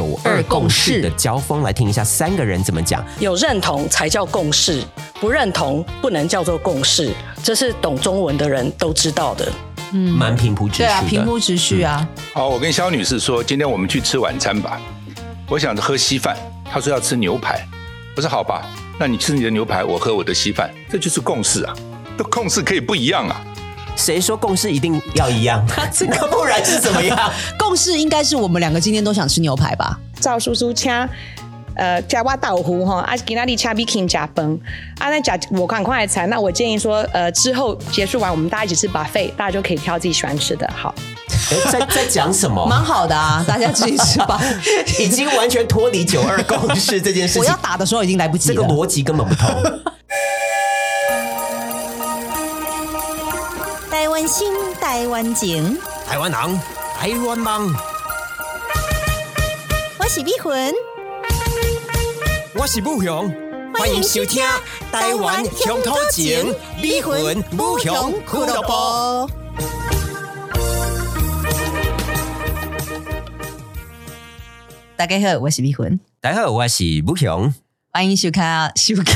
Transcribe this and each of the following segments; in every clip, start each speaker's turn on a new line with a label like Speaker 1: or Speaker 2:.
Speaker 1: 五二共识的交锋，来听一下三个人怎么讲。
Speaker 2: 有认同才叫共识，不认同不能叫做共识，这是懂中文的人都知道的。
Speaker 1: 嗯，蛮平铺直叙
Speaker 3: 对
Speaker 1: 的。
Speaker 3: 啊，平铺直叙啊。
Speaker 4: 好，我跟肖女士说，今天我们去吃晚餐吧。我想喝稀饭，她说要吃牛排。我说好吧，那你吃你的牛排，我喝我的稀饭，这就是共识啊。这共识可以不一样啊。
Speaker 1: 谁说共识一定要一样？ 这个不然是怎么样？
Speaker 3: 共识应该是我们两个今天都想吃牛排吧？
Speaker 5: 赵叔叔请，呃，加我豆腐哈，啊，今仔日请比 King 加崩，啊，那加我赶快来猜。那我建议说，呃，之后结束完，我们大家一起吃 buffet，大家就可以挑自己喜欢吃的。好，
Speaker 1: 哎 在在讲什
Speaker 3: 蛮
Speaker 1: 么？
Speaker 3: 好的啊，大家自己吃吧。
Speaker 1: 已经完全脱离九二共识这件事
Speaker 3: 我
Speaker 1: 情
Speaker 3: 要，打的时候已经来不及
Speaker 1: 这
Speaker 3: 了。
Speaker 1: 个逻辑根本 不通。
Speaker 6: 台湾心，台湾情，
Speaker 1: 台湾人，台湾梦，
Speaker 6: 我是碧魂。
Speaker 1: 我是武雄，
Speaker 6: 欢迎收听台湾乡土情美魂武雄俱乐部。
Speaker 3: 大家好，我是米魂，
Speaker 1: 大家好，我是武雄。
Speaker 3: 欢迎收看收看。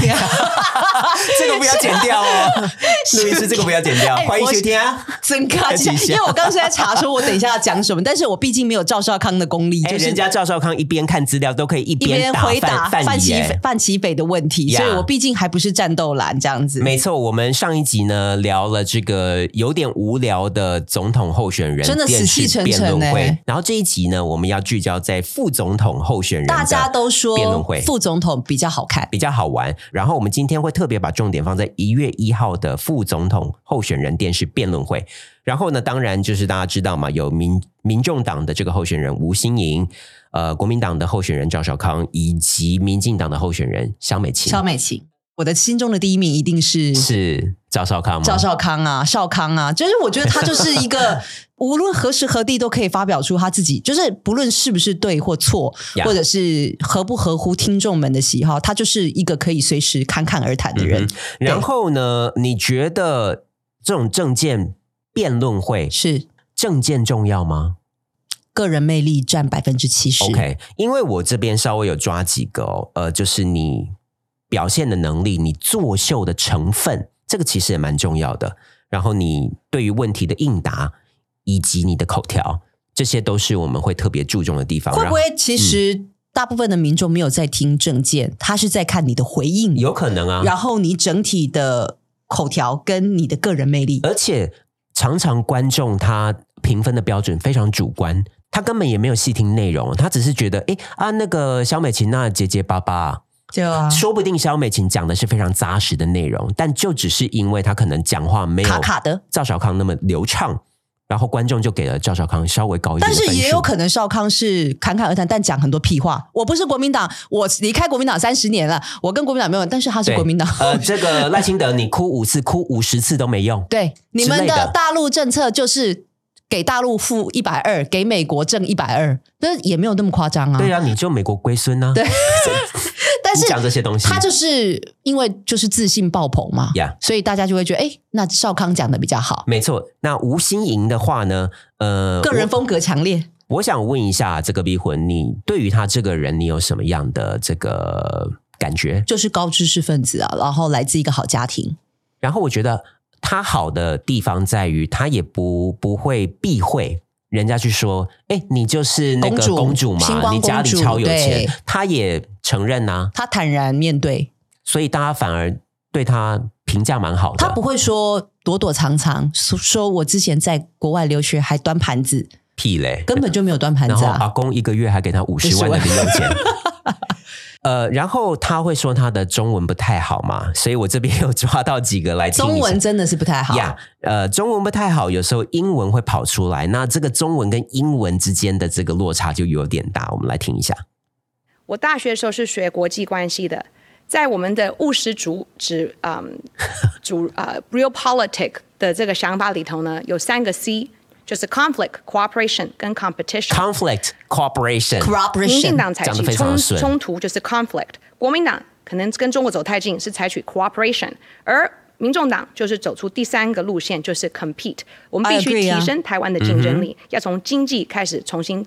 Speaker 1: 这个不要剪掉 哦，录音师这个不要剪掉。
Speaker 3: 哎
Speaker 1: 欢迎
Speaker 3: 我
Speaker 1: 收听啊！
Speaker 3: 真客气
Speaker 1: 客气一，下
Speaker 3: 因为我刚刚是在查说我等一下要讲什么，但是我毕竟没有赵少康的功力，
Speaker 1: 哎，
Speaker 3: 就是
Speaker 1: 人家赵少康一边看资料都可以一
Speaker 3: 一边
Speaker 1: 打
Speaker 3: 回
Speaker 1: 范
Speaker 3: 答
Speaker 1: 哎
Speaker 3: 范
Speaker 1: 范
Speaker 3: 奇
Speaker 1: 爷
Speaker 3: 范奇北的问题，
Speaker 1: 呀
Speaker 3: 所以我毕竟还不是战斗蓝这样子。
Speaker 1: 没错，我们上一集呢聊了这个有点无聊的总统候选人
Speaker 3: 真的
Speaker 1: 电
Speaker 3: 死气
Speaker 1: 视
Speaker 3: 沉
Speaker 1: 辩
Speaker 3: 沉
Speaker 1: 论会
Speaker 3: 欸，
Speaker 1: 然后这一集呢，我们要聚焦在副总统候选人的
Speaker 3: 大家都说
Speaker 1: 辩论会
Speaker 3: 副总统比较好看，
Speaker 1: 比较好玩。然后我们今天会特别把重点放在一月一号的副总统候选人电视辩论会。然后呢，当然就是大家知道嘛，有民民众党的这个候选人吴新盈，呃，国民党的候选人赵少康，以及民进党的候选人肖美琴。
Speaker 3: 肖美琴，我的心中的第一名一定是
Speaker 1: 是赵少康吗？
Speaker 3: 赵少康啊，少康啊，就是我觉得他就是 一个无论何时何地都可以发表出他自己，就是不论是不是对或错
Speaker 1: Yeah
Speaker 3: 或者是合不合乎听众们的喜好，他就是一个可以随时侃侃而谈的人。
Speaker 1: 嗯然后呢，你觉得这种政见辩论会，
Speaker 3: 是
Speaker 1: 政见重要吗？
Speaker 3: 个人魅力占百分之七十。
Speaker 1: OK，因为我这边稍微有抓几个哦，呃，就是你表现的能力，你作秀的成分，这个其实也蛮重要的。然后你对于问题的应答，以及你的口条，这些都是我们会特别注重的地方。
Speaker 3: 会不会
Speaker 1: 然后嗯
Speaker 3: 其实大部分的民众没有在听证件，他是在看你的回应，
Speaker 1: 有可能啊？
Speaker 3: 然后你整体的口条跟你的个人魅力。
Speaker 1: 而且常常观众他评分的标准非常主观，他根本也没有细听内容，他只是觉得，诶啊，那个小美琴那结结巴巴、
Speaker 3: 对啊
Speaker 1: 说不定肖美琴讲的是非常扎实的内容，但就只是因为她可能讲话没有
Speaker 3: 卡卡的
Speaker 1: 赵少康那么流畅，然后观众就给了赵少康稍微高一点
Speaker 3: 但
Speaker 1: 的分数。
Speaker 3: 是也有可能少康是侃侃而谈，但讲很多屁话。我不是国民党，我离开国民党三十年了，我跟国民党没有，但是他是
Speaker 1: 对
Speaker 3: 国民党。
Speaker 1: 呃，这个赖清德，你哭五次、哭五十次都没用。
Speaker 3: 对，你
Speaker 1: 之
Speaker 3: 们
Speaker 1: 类的
Speaker 3: 的大陆政策就是给大陆付一百二，给美国挣一百二，那也没有那么夸张啊。
Speaker 1: 对啊，你就美国龟孙啊。
Speaker 3: 对但
Speaker 1: 你
Speaker 3: 是
Speaker 1: 讲这些东西，
Speaker 3: 他就是因为就是自信爆棚嘛
Speaker 1: Yeah 嗯
Speaker 3: 所以大家就会觉得，哎、那少康讲的比较好，
Speaker 1: 没错。那吴心莹的话呢？呃，
Speaker 3: 个人风格强烈。
Speaker 1: 我，我想问一下这个逼魂，你对于他这个人，你有什么样的这个感觉？
Speaker 3: 就是高知识分子啊，然后来自一个好家庭，
Speaker 1: 然后我觉得他好的地方在于，他也不不会避讳人家去说，哎，你就是那个
Speaker 3: 公主
Speaker 1: 公主嘛，
Speaker 3: 星光
Speaker 1: 你家里
Speaker 3: 公主
Speaker 1: 超有钱
Speaker 3: 对，
Speaker 1: 他也承认呐、
Speaker 3: 他坦然面对，
Speaker 1: 所以大家反而对他评价蛮好的。
Speaker 3: 他不会说躲躲藏藏，说说我之前在国外留学还端盘子，
Speaker 1: 屁嘞，
Speaker 3: 根本就没有端盘
Speaker 1: 然
Speaker 3: 子
Speaker 1: 后阿
Speaker 3: 啊。
Speaker 1: 公一个月还给他五十万的零用钱。呃，然后他会说他的中文不太好嘛，所以我这边有抓到几个来听一下
Speaker 3: 中文真的是不太好
Speaker 1: 呀呃，中文不太好，有时候英文会跑出来，那这个中文跟英文之间的这个落差就有点大，我们来听一下。
Speaker 5: 我大学的时候是学国际关系的，在我们的务实主旨，嗯，主呃 real politic 的这个想法里头呢，有三个 C，就是 conflict、cooperation 跟 competition。
Speaker 1: Conflict cooperation，
Speaker 5: 民进党
Speaker 3: Corruption，
Speaker 5: 采
Speaker 1: 讲得
Speaker 5: 取
Speaker 1: 非常
Speaker 5: 冲
Speaker 1: 顺
Speaker 5: 冲突就是 conflict，国民党可能跟中国走太近是采取 cooperation，而民众党就是走出第三个路线，就是 compete。我们必
Speaker 3: I
Speaker 1: 哎
Speaker 5: 须
Speaker 3: agree 啊
Speaker 5: 提
Speaker 1: 嗯
Speaker 5: 升台湾的竞争力，要从经济开始重新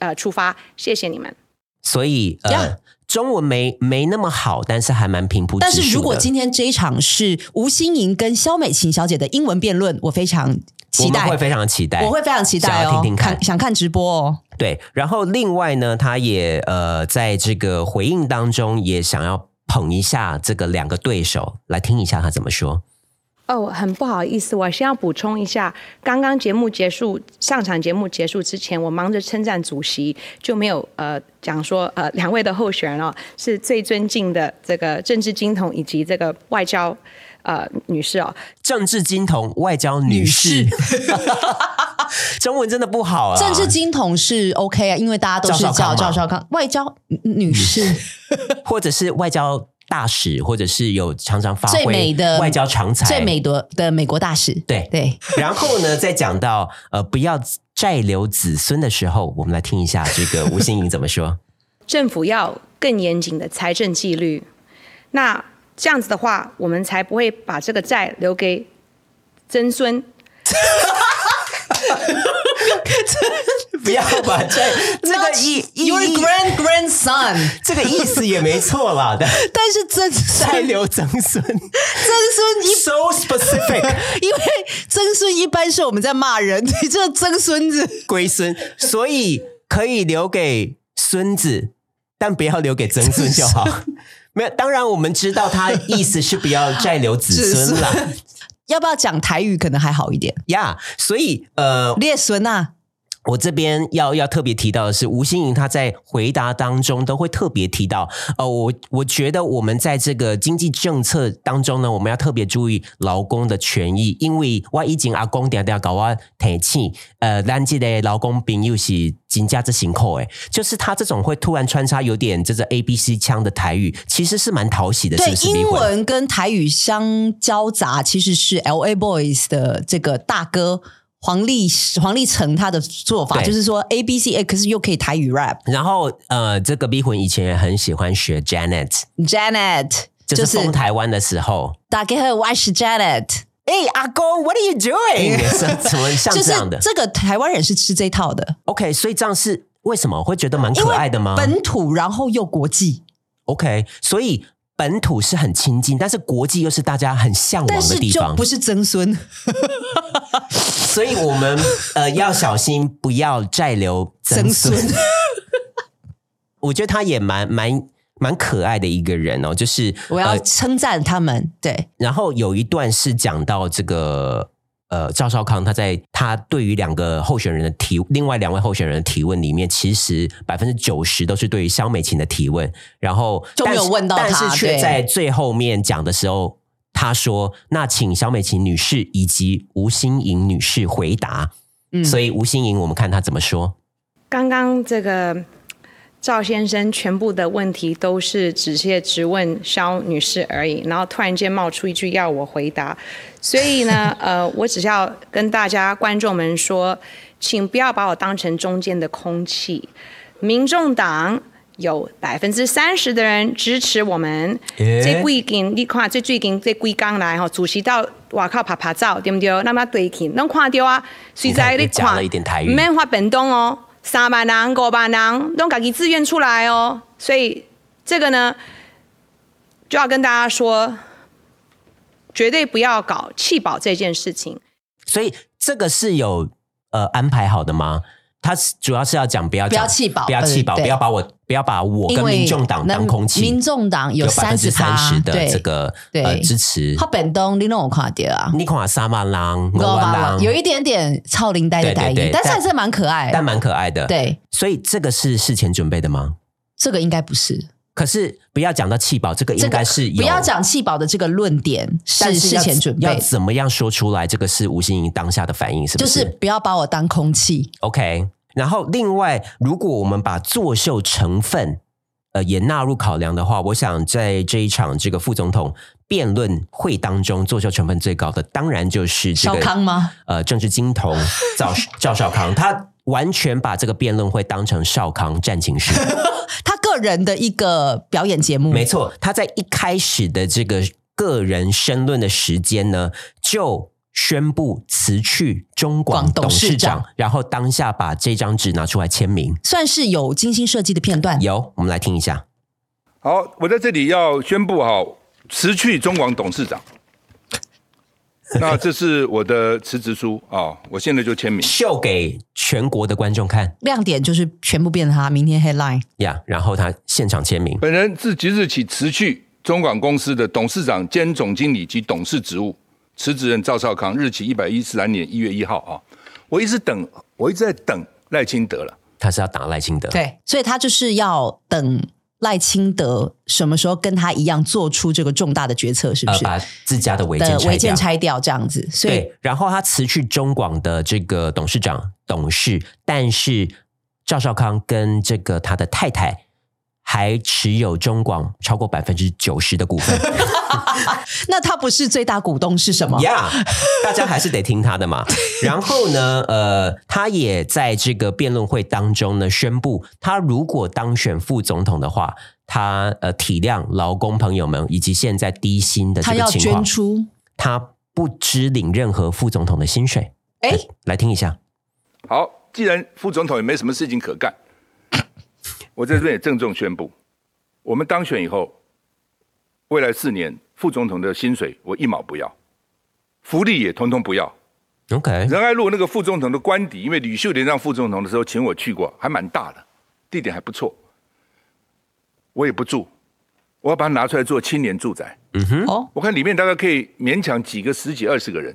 Speaker 5: 呃出发。谢谢你们。
Speaker 1: 所以呃
Speaker 3: Yeah
Speaker 1: 中文没没那么好，但是还蛮平铺直
Speaker 3: 但
Speaker 1: 叙的。
Speaker 3: 是如果今天这一场是吴欣莹跟肖美琴小姐的英文辩论，我非常
Speaker 1: 我
Speaker 3: 期
Speaker 1: 们
Speaker 3: 待，
Speaker 1: 会非常期待，
Speaker 3: 我会非常期
Speaker 1: 想
Speaker 3: 待
Speaker 1: 要
Speaker 3: 哦，
Speaker 1: 听听看。
Speaker 3: 想看直播哦。
Speaker 1: 对，然后另外呢，他也呃在这个回应当中也想要捧一下这个两个对手，来听一下他怎么说。
Speaker 5: 哦，很不好意思，我先要补充一下，刚刚节目结束，上场节目结束之前，我忙着称赞主席，就没有呃讲说呃两位的候选人哦是最尊敬的这个政治金童以及这个外交呃女士哦，
Speaker 1: 政治金童，外交女士， 中文真的不好啊！
Speaker 3: 政治金童是 OK 啊，因为大家都是
Speaker 1: 赵少康
Speaker 3: 叫
Speaker 1: 嘛
Speaker 3: 赵少康，外交女女士，
Speaker 1: 或者是外交大使，或者是有常常发挥
Speaker 3: 最美的
Speaker 1: 外交常才，
Speaker 3: 最美的的美国大使，
Speaker 1: 对
Speaker 3: 对，
Speaker 1: 然后呢，再讲到呃不要债留子孙的时候，我们来听一下这个吴欣颖怎么说。
Speaker 5: 政府要更严谨的财政纪律。那这样子的话，我们才不会把这个债留给曾孙。
Speaker 1: 不要把债这个 意意
Speaker 3: Your
Speaker 1: 义
Speaker 3: grand grandson，
Speaker 1: 这个意思也没错啦，但
Speaker 3: 但是曾孙
Speaker 1: 债留曾孙
Speaker 3: 曾孙一，
Speaker 1: ，so specific，
Speaker 3: 因为曾孙一般是我们在骂人， 你这个曾孙子，
Speaker 1: 龟孙，所以可以留给孙子，但不要留给曾孙就 好。没有，当然我们知道他意思是不 要债留子孙啦，
Speaker 3: 要不要讲台语可能还好一点，
Speaker 1: 呀。所以呃，
Speaker 3: 列孙啊，
Speaker 1: 我这边要要特别提到的是，吴欣颖她在回答当中都会特别提到，呃，我我觉得我们在这个经济政策当中呢，我们要特别注意劳工的权益，因为我以前阿公常常搞我提醒，呃，咱这个劳工朋友是真正之辛苦诶，就是他这种会突然穿插有点这个 A B C 腔的台语，其实是蛮讨喜的，是
Speaker 3: 对
Speaker 1: 不，是？
Speaker 3: 英
Speaker 1: 立慧
Speaker 3: 文跟台语相交杂，其实是 L A Boys 的这个大哥黄立黄立成他的做法，
Speaker 1: 对
Speaker 3: 就是说 A B C A，可是又可以台语 rap。
Speaker 1: 然后呃，这个逼魂以前也很喜欢学 Janet，
Speaker 3: Janet
Speaker 1: 就
Speaker 3: 就是是
Speaker 1: 封台湾的时候。
Speaker 3: 打给他，我是 Janet，
Speaker 1: 哎、阿公，What are you doing？是哎怎么像
Speaker 3: 就
Speaker 1: 这
Speaker 3: 是
Speaker 1: 样的、
Speaker 3: 这个台湾人是吃这套的，
Speaker 1: o k 所以这样是为什么会觉得蛮
Speaker 3: 因
Speaker 1: 可
Speaker 3: 为
Speaker 1: 爱的吗
Speaker 3: 本土然后又国际，
Speaker 1: ？OK，所以本土是很亲近，但是国际又是大家很向
Speaker 3: 但
Speaker 1: 往的
Speaker 3: 是
Speaker 1: 地
Speaker 3: 就
Speaker 1: 方呃
Speaker 3: 不，是 曾孙。
Speaker 1: 所以我 们呃要小心，不要再留曾 孙。
Speaker 3: 曾
Speaker 1: 我觉得他也蛮蛮蛮可爱的一个人哦，就是
Speaker 3: 我要
Speaker 1: 呃
Speaker 3: 称赞他们，对，
Speaker 1: 然后有一段是讲到这个呃赵少康他在他对于两个候选人的提，另外两位候选人的提问里面，其实百分之九十都是对于肖美琴的提问，然后
Speaker 3: 就没有
Speaker 1: 但是
Speaker 3: 问到他
Speaker 1: 但是却
Speaker 3: 对
Speaker 1: 在最后面讲的时候。他说：“那请肖美琴女士以及吴欣颖女士回答。
Speaker 3: 嗯，
Speaker 1: 所以吴欣颖，我们看她怎么说。
Speaker 5: 刚刚这个赵先生全部的问题都是只是直问肖女士而已，然后突然间冒出一句要我回答，所以呢，呃，我只是要跟大家观众们说，请不要把我当成中间的空气。民众党有百分之三十的人支持我们，
Speaker 1: 耶
Speaker 5: 这不一定，你看这最近这几天来吼，主席到外口拍拍照，对不对？那么对起，能看到啊，所以
Speaker 1: 你看
Speaker 5: 在你
Speaker 1: 又讲了
Speaker 5: 看，
Speaker 1: 一点台语
Speaker 5: 唔免发本东哦，三万人、五万人，拢家己自愿出来哦。所以这个呢，就要跟大家说，绝对不要搞弃保这件事情。
Speaker 1: 所以这个是有呃安排好的吗？他是主要是要讲不要
Speaker 3: 不要
Speaker 1: 讲
Speaker 3: 气饱
Speaker 1: 不要气
Speaker 3: 对
Speaker 1: 饱，
Speaker 3: 对
Speaker 1: 不要把我不要把我
Speaker 3: 因
Speaker 1: 跟
Speaker 3: 为
Speaker 1: 民众党
Speaker 3: 那
Speaker 1: 当空气。
Speaker 3: 民众党有
Speaker 1: 百分之
Speaker 3: 30%
Speaker 1: 三十的
Speaker 3: 对
Speaker 1: 这个
Speaker 3: 对
Speaker 1: 呃支持
Speaker 3: 他。本东你让我看到啊。
Speaker 1: 你看沙曼郎、
Speaker 3: 我
Speaker 1: 罗
Speaker 3: 妈
Speaker 1: 万
Speaker 3: 妈
Speaker 1: 郎，
Speaker 3: 有一点点超龄呆的呆
Speaker 1: 对对
Speaker 3: 音
Speaker 1: 对，
Speaker 3: 但是
Speaker 1: 但
Speaker 3: 还是蛮可爱。
Speaker 1: 但蛮可爱的。，
Speaker 3: 对，
Speaker 1: 所以这个是事前准备的吗？
Speaker 3: 这个应该不是，
Speaker 1: 可是不要讲到气饱，这个应该是有。
Speaker 3: 不要，讲气保的这个论点
Speaker 1: 但
Speaker 3: 是
Speaker 1: 是
Speaker 3: 事
Speaker 1: 要
Speaker 3: 前准
Speaker 1: 要
Speaker 3: 备，
Speaker 1: 怎么样说出来？这个是吴欣颖当下的反应，是不？
Speaker 3: 就是是不要把我当空气。
Speaker 1: OK，然后另外，如果我们把作秀成分呃也纳入考量的话，我想在这一场这个副总统辩论会当中，作秀成分最高的当然就是这个
Speaker 3: 少康吗？
Speaker 1: 呃，政治金 童赵赵少康，他完全把这个辩论会当成少康战情室。
Speaker 3: 他个人的一个表演节目，
Speaker 1: 没错，他在一开始的这个个人申论的时间呢，就宣布辞去中广
Speaker 3: 广董
Speaker 1: 董
Speaker 3: 事
Speaker 1: 事
Speaker 3: 长
Speaker 1: 长，然后当下把这张纸拿出来签名。
Speaker 3: 算是有精心设计的片段。
Speaker 1: 有，我们来听一下。
Speaker 4: 好，我在这里要宣布哈，辞去中广董事长。那这是我的辞职书啊、我现在就签名。
Speaker 1: 秀给全国的观众看
Speaker 3: 亮点就是全部变成他明天 headline。
Speaker 1: 呀然后他现场签名。
Speaker 4: 本人自即日起辞去中广公司的董事长兼总经理及董事职务，辞职人赵少康，日期一百一十三年一月一号啊。我一直等，我一直在等赖清德了。
Speaker 1: 他是要打赖清德，
Speaker 3: 对，所以他就是要等赖清德什么时候跟他一样做出这个重大的决策，是不
Speaker 1: 呃，
Speaker 3: 是？
Speaker 1: 把自家的违建
Speaker 3: 的
Speaker 1: 拆
Speaker 3: 违建
Speaker 1: 掉。
Speaker 3: 拆掉这样子，所以
Speaker 1: 对，然后他辞去中广的这个董事长、董事，但是赵少康跟这个他的太太还持有中广超过百分之九十的股份
Speaker 3: 那他不是最大股东是什么？
Speaker 1: 呀大家还是得听他的嘛。然后呢，呃，他也在这个辩论会当中呢宣布，他如果当选副总统的话，他呃体谅劳工朋友们以及现在低薪的这
Speaker 3: 他
Speaker 1: 个
Speaker 3: 要
Speaker 1: 情况
Speaker 3: 捐，出，
Speaker 1: 他不支领任何副总统的薪水。
Speaker 3: 哎
Speaker 1: 来来听一下。
Speaker 4: 好，既然副总统也没什么事情可干， 我在这边也郑重宣布，我们当选以后，未来四年副总统的薪水我一毛不要，福利也通通不要。
Speaker 1: OK，
Speaker 4: 仁爱路那个副总统的官邸，因为吕秀莲当副总统的时候请我去过，还蛮大的，地点还不错。我也不住，我要把它拿出来做青年住宅。
Speaker 1: 嗯
Speaker 3: 哦，
Speaker 4: 我看里面大概可以勉强挤个十几二十个人。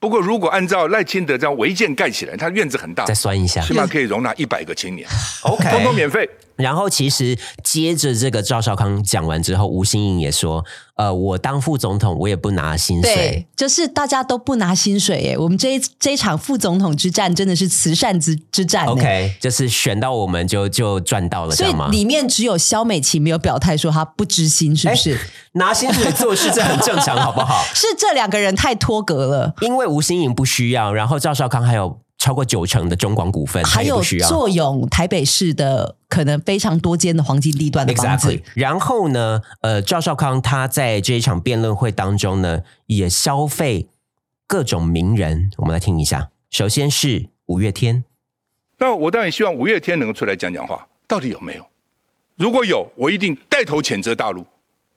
Speaker 4: 不过如果按照赖清德这样违建盖起来，他院子很大
Speaker 1: 再，酸一下
Speaker 4: 起码可以容纳一百个青年，
Speaker 1: ，OK，
Speaker 4: 通通免费。
Speaker 1: 然后其实接着这个赵少康讲完之后，吴新颖也说：“呃，我当副总统，我也不拿薪水
Speaker 3: 对。，就是大家都不拿薪水耶。我们这一这一场副总统之战真的是慈善之之战耶
Speaker 1: OK，就是选到我们就就赚到了，这
Speaker 3: 所以
Speaker 1: 样吗？
Speaker 3: 里面只有肖美琪没有表态说她不知心，是不是？
Speaker 1: 哎拿薪水做事这很正常， 好不好？
Speaker 3: 是这两个人太脱格了，
Speaker 1: 因为吴新颖不需要，然后赵少康还有超过九成的中广股份，他
Speaker 3: 还
Speaker 1: 也
Speaker 3: 有
Speaker 1: 不需要。
Speaker 3: 坐拥台北市的可能非常多间的黄金地段的房子
Speaker 1: Exactly。然后呢，呃，赵少康他在这一场辩论会当中呢，也消费各种名人。我们来听一下，首先是五月天，
Speaker 4: 那我当然希望五月天能够出来讲讲话，到底有没有？如果有，我一定带头谴责大陆，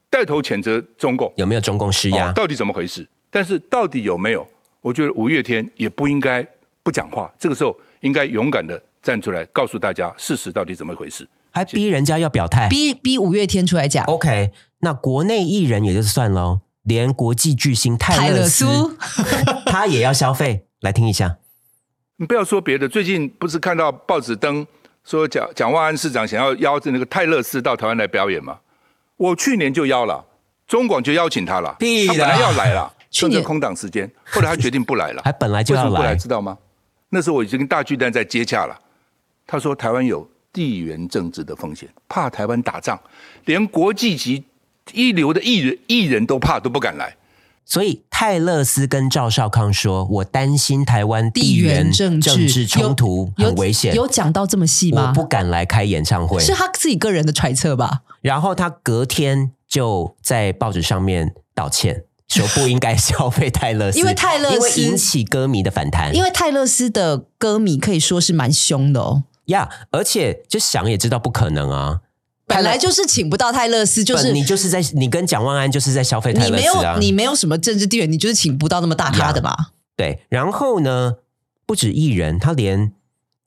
Speaker 4: 带头谴责中共。
Speaker 1: 有没有中共施压？
Speaker 4: 哦，到底怎么回事？但是到底有没有？我觉得五月天也不应该不讲话，这个时候应该勇敢的站出来，告诉大家事实到底怎么回事。
Speaker 1: 还逼人家要表态。
Speaker 3: 逼逼五月天出来讲，
Speaker 1: OK，那国内艺人也就算喽，连国际巨星泰勒
Speaker 3: 泰
Speaker 1: 斯
Speaker 3: 勒
Speaker 1: 他也要消费。来听一下，
Speaker 4: 你不要说别的，最近不是看到报纸登说蒋蒋万安市长想要邀这那个泰勒斯到台湾来表演嘛？我去年就邀了，中广就邀请他了，
Speaker 1: 屁
Speaker 4: 他
Speaker 1: 啦
Speaker 4: 本来要来了，
Speaker 3: 去
Speaker 4: 就这
Speaker 3: 年
Speaker 4: 空档时间，后来他决定不来了。
Speaker 1: 还本来就
Speaker 4: 为
Speaker 1: 要
Speaker 4: 什么不来，
Speaker 1: 来，
Speaker 4: 知道吗？那时候我已经跟大巨蛋在接洽了。他说台湾有地缘政治的风险，怕台湾打仗，连国际级一流的艺人艺人都怕，都不敢来。
Speaker 1: 所以泰勒斯跟赵少康说：“我担心台湾
Speaker 3: 地
Speaker 1: 缘
Speaker 3: 缘政
Speaker 1: 政治冲突
Speaker 3: 有
Speaker 1: 很危险，
Speaker 3: 有有讲到这么细
Speaker 1: 我
Speaker 3: 吗？
Speaker 1: 不敢来开演唱会。”
Speaker 3: 是他自己个人的揣测吧？
Speaker 1: 然后他隔天就在报纸上面道歉，说不应该消费泰勒斯，
Speaker 3: 因为泰勒斯
Speaker 1: 因为引起歌迷的反弹，
Speaker 3: 因为泰勒斯的歌迷可以说是蛮凶的哦，
Speaker 1: 呀而且就想也知道不可能啊，
Speaker 3: 本来就是请不到泰勒斯，就是
Speaker 1: 本你就是在你跟蒋万安就是在消费泰
Speaker 3: 你
Speaker 1: 勒
Speaker 3: 没
Speaker 1: 斯
Speaker 3: 有
Speaker 1: 啊，
Speaker 3: 你没有什么政治地缘，你就是请不到那么大咖的嘛。
Speaker 1: 对，然后呢，不止艺人，他连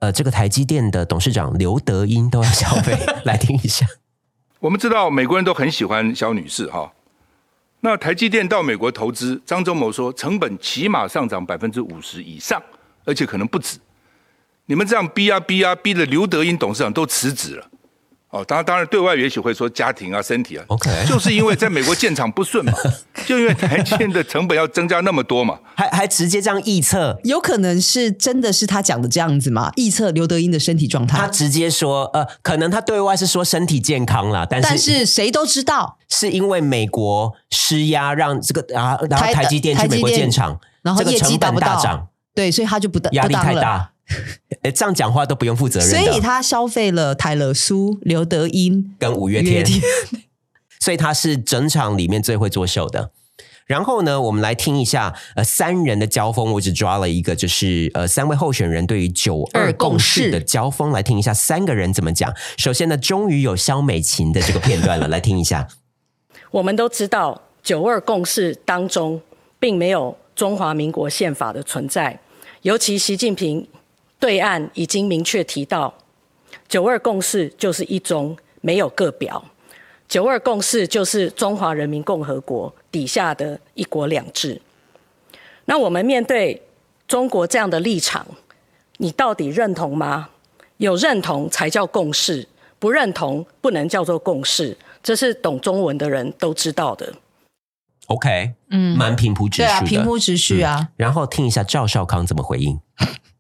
Speaker 1: 呃这个台积电的董事长刘德英都要消 费，来听一下。
Speaker 4: 我们知道美国人都很喜欢小女士哈。那台积电到美国投资，张忠谋说成本起码上涨百分之五十以上，而且可能不止。你们这样逼啊逼啊逼的，刘德英董事长都辞职了。哦，当然当然，对外也许会说家庭啊、身体啊
Speaker 1: OK
Speaker 4: 就是因为在美国建厂不顺嘛，就因为台积电的成本要增加那么多嘛。
Speaker 1: 还还直接这样臆测，
Speaker 3: 有可能是真的是他讲的这样子嘛？臆测刘德英的身体状
Speaker 1: 他
Speaker 3: 态，
Speaker 1: 直接说，呃，可能他对外是说身体健康啦，但是
Speaker 3: 但是谁都知道，
Speaker 1: 是因为美国施压让这个啊，然后
Speaker 3: 台
Speaker 1: 台积电去美国
Speaker 3: 台积电
Speaker 1: 建厂，
Speaker 3: 然后
Speaker 1: 这个
Speaker 3: 业绩
Speaker 1: 成
Speaker 3: 达
Speaker 1: 本
Speaker 3: 不
Speaker 1: 大
Speaker 3: 到
Speaker 1: 涨，
Speaker 3: 对，所以他就不当
Speaker 1: 压
Speaker 3: 不
Speaker 1: 力
Speaker 3: 当
Speaker 1: 太
Speaker 3: 了。
Speaker 1: 大，诶这样讲话都不用负责任
Speaker 3: 所
Speaker 1: 的。
Speaker 3: 以他消费了泰勒苏、刘德英、
Speaker 1: 跟五月天，所以他是整场里面最会作秀的。然后呢，我们来听一下呃三人的交锋，我只抓了一个，就是呃三位候选人对于九二
Speaker 3: 二
Speaker 1: 共
Speaker 3: 共
Speaker 1: 识
Speaker 3: 识
Speaker 1: 的交锋，来听一下三个人怎么讲。首先呢，终于有肖美琴的这个片段了，来听一下。
Speaker 2: 我们都知道九二共识当中并没有中华民国宪法的存在，尤其习近平对岸已经明确提到，九二共识就是一中，没有各表。九二共识就是中华人民共和国底下的一国两制。那我们面对中国这样的立场，你到底认同吗？有认同才叫共识，不认同不能叫做共识，这是懂中文的人都知道的。
Speaker 1: OK，
Speaker 3: 嗯
Speaker 1: 蛮平铺直叙
Speaker 3: 对
Speaker 1: 的，嗯
Speaker 3: 啊，平铺直叙啊，
Speaker 1: 然后听一下赵少康怎么回应。